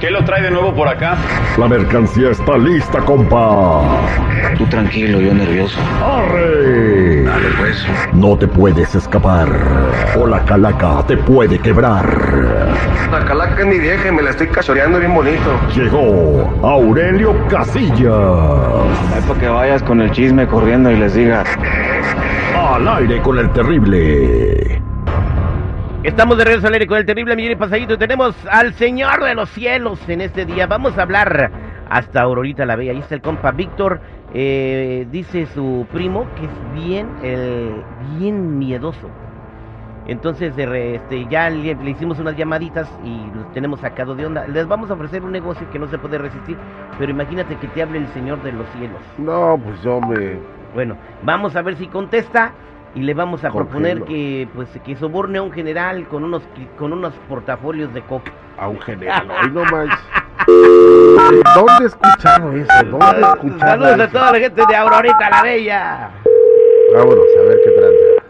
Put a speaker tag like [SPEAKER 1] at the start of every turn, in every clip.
[SPEAKER 1] ¿Qué lo trae de nuevo por acá?
[SPEAKER 2] La mercancía está lista, compa.
[SPEAKER 3] Tú tranquilo, yo nervioso.
[SPEAKER 2] ¡Arre!
[SPEAKER 3] Dale pues.
[SPEAKER 2] No te puedes escapar. O la calaca te puede quebrar.
[SPEAKER 4] La calaca es mi vieja y me la estoy casoreando bien bonito.
[SPEAKER 2] Llegó Aurelio Casillas.
[SPEAKER 3] Es para que vayas con el chisme corriendo y les digas.
[SPEAKER 2] Al aire con el terrible.
[SPEAKER 5] Estamos de regreso al aire con el terrible Miguel Pasadito. Tenemos al Señor de los cielos en este día. Vamos a hablar hasta Aurorita la Bella. Ahí está el compa Víctor. Eh, dice su primo que es bien, eh, bien miedoso. Entonces de re- este, ya le, le hicimos unas llamaditas y los tenemos sacado de onda. Les vamos a ofrecer un negocio que no se puede resistir, pero imagínate que te hable el Señor de los cielos.
[SPEAKER 6] No, pues yo me...
[SPEAKER 5] Bueno, vamos a ver si contesta y le vamos a
[SPEAKER 6] Cógelo.
[SPEAKER 5] proponer que pues que soborne a un general con unos cri- con unos portafolios de coca.
[SPEAKER 6] A un general, hoy no manches. ¿Dónde he escuchado eso? ¿Dónde he escuchado
[SPEAKER 5] Saludos a
[SPEAKER 6] eso?
[SPEAKER 5] toda la gente de Aurorita la Bella.
[SPEAKER 6] Vámonos, a ver qué tranza.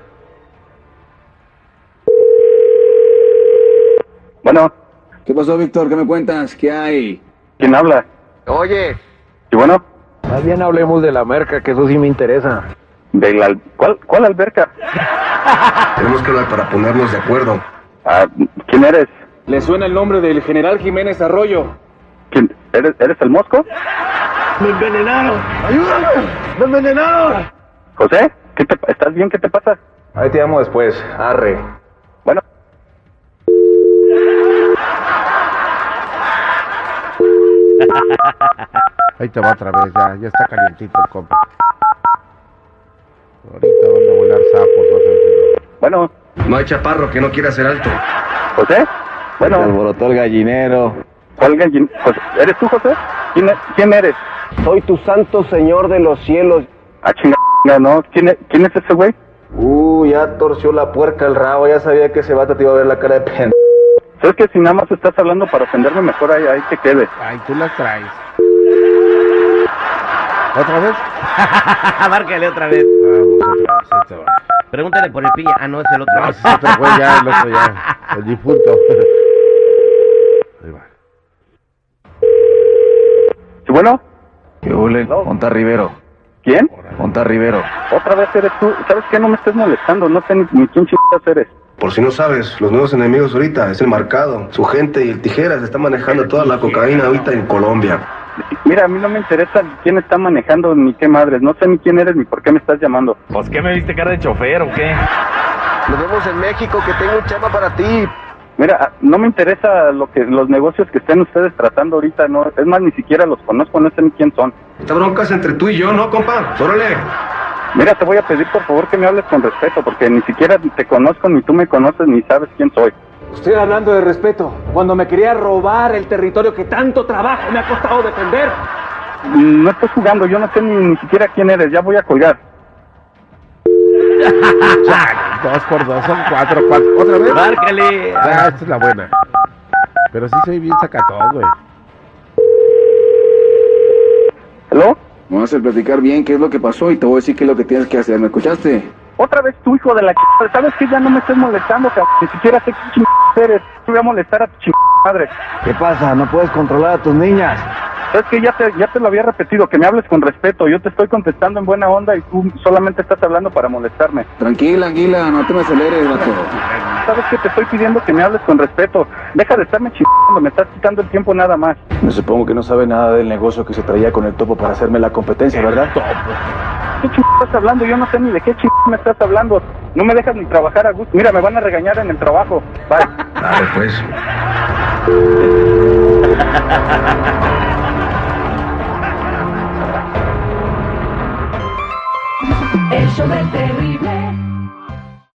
[SPEAKER 7] Bueno,
[SPEAKER 3] ¿Qué pasó, Víctor? ¿Qué me cuentas? ¿Qué hay?
[SPEAKER 7] ¿quién habla?
[SPEAKER 4] Oye,
[SPEAKER 7] Y bueno,
[SPEAKER 6] Más bien hablemos de la merca, que eso sí me interesa.
[SPEAKER 7] de la, al- ¿cuál, ¿cuál alberca?
[SPEAKER 4] tenemos que hablar para ponernos de acuerdo.
[SPEAKER 7] Ah, ¿Quién eres?
[SPEAKER 8] Le suena el nombre del general Jiménez Arroyo.
[SPEAKER 7] ¿Quién, eres? ¿Eres el mosco?
[SPEAKER 6] ¡Me envenenaron!
[SPEAKER 7] ¿José? ¿Qué te, ¿Estás bien? ¿Qué te pasa?
[SPEAKER 8] Ahí te llamo después, arre.
[SPEAKER 7] Bueno,
[SPEAKER 6] Ahí te va otra vez, ya, ya está calientito el compa. Ahorita van a volar sapos, vas a ver.
[SPEAKER 7] bueno,
[SPEAKER 4] No hay chaparro que no quiera ser alto.
[SPEAKER 7] ¿José?
[SPEAKER 3] Se
[SPEAKER 7] Bueno,
[SPEAKER 3] alborotó el gallinero.
[SPEAKER 7] ¿cuál gallin- José- ¿Eres tú, José? ¿Quién, e- quién eres?
[SPEAKER 3] Soy tu santo señor de los cielos.
[SPEAKER 7] Ah, chinga, no. ¿Quién, e- ¿Quién es ese güey?
[SPEAKER 3] Uh, ya torció la puerca el rabo. Ya sabía que ese vato te iba a ver la cara de pen.
[SPEAKER 7] ¿Sabes que si nada más estás hablando para ofenderme, mejor ahí, ahí te quedes?
[SPEAKER 6] Ay, tú las traes. ¿Otra vez?
[SPEAKER 5] Abárcale otra vez.
[SPEAKER 6] Vamos, otra vez, ahí te va.
[SPEAKER 5] Pregúntale por el pilla. Ah, no, es el otro.
[SPEAKER 6] No, ese es otro güey ya, el otro ya. El difunto. Ahí va.
[SPEAKER 7] ¿Sí, bueno?
[SPEAKER 3] ¿Qué hule? Monta Rivero.
[SPEAKER 7] ¿Quién?
[SPEAKER 3] Monta Rivero.
[SPEAKER 7] Otra vez eres tú. ¿Sabes qué? No me estés molestando. No sé ni, ni quién chingas eres.
[SPEAKER 4] Por si no sabes, los nuevos enemigos ahorita es el marcado, su gente y el tijeras está manejando toda la cocaína ahorita en Colombia.
[SPEAKER 7] Mira, a mí no me interesa ni quién está manejando ni qué madres. No sé ni quién eres ni por qué me estás llamando.
[SPEAKER 8] Pues qué me viste cara de chofer o qué?
[SPEAKER 4] Nos vemos en México, que tengo un chamba para ti.
[SPEAKER 7] Mira, ah, no me interesa lo que los negocios que estén ustedes tratando ahorita. No, es más, ni siquiera los conozco. No sé ni quién son.
[SPEAKER 4] Esta bronca es entre tú y yo, ¿no, compa? Órale.
[SPEAKER 7] Mira, te voy a pedir por favor que me hables con respeto porque ni siquiera te conozco ni tú me conoces ni sabes quién soy.
[SPEAKER 8] Estoy hablando de respeto. Cuando me quería robar el territorio que tanto trabajo me ha costado defender.
[SPEAKER 7] No estás jugando. Yo no sé ni, ni siquiera quién eres. Ya voy a colgar.
[SPEAKER 6] Dos por dos son cuatro, cuatro. ¿Otra vez?
[SPEAKER 5] Abárcale.
[SPEAKER 6] Ah, esta es la buena. Pero sí soy bien sacatón, güey.
[SPEAKER 7] ¿Hello?
[SPEAKER 3] Vamos a platicar bien qué es lo que pasó y te voy a decir qué es lo que tienes que hacer. ¿Me escuchaste?
[SPEAKER 7] Otra vez tu hijo de la ch... ¿Sabes qué? Ya no me estés molestando, cabrón. Ni siquiera sé qué ch... eres. Te voy a molestar a tu ch... madre.
[SPEAKER 3] ¿Qué pasa? ¿No puedes controlar a tus niñas?
[SPEAKER 7] ¿Sabes qué? Ya te, ya te lo había repetido, que me hables con respeto. Yo te estoy contestando en buena onda y tú solamente estás hablando para molestarme.
[SPEAKER 3] Tranquila, Anguila, no te me aceleres, vato.
[SPEAKER 7] ¿Sabes qué? Te estoy pidiendo que me hables con respeto. Deja de estarme chingando, me estás quitando el tiempo nada más.
[SPEAKER 8] Me supongo que no sabe nada del negocio que se traía con el topo para hacerme la competencia, ¿verdad?
[SPEAKER 7] ¿Qué ch... estás hablando? Yo no sé ni de qué ch... me estás hablando. No me dejas ni trabajar a gusto. Mira, me van a regañar en el trabajo. Bye.
[SPEAKER 4] Dale, pues.
[SPEAKER 9] El show del terrible.